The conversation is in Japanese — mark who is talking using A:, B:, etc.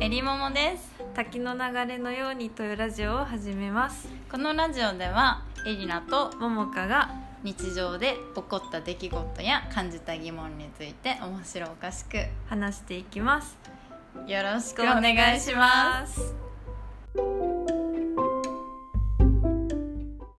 A: えりももです
B: 滝の流れのようにというラジオを始めます
A: このラジオではえりなと
B: ももかが
A: 日常で起こった出来事や感じた疑問について面白おかしく
B: 話していきます
A: よろしくお願いします
B: す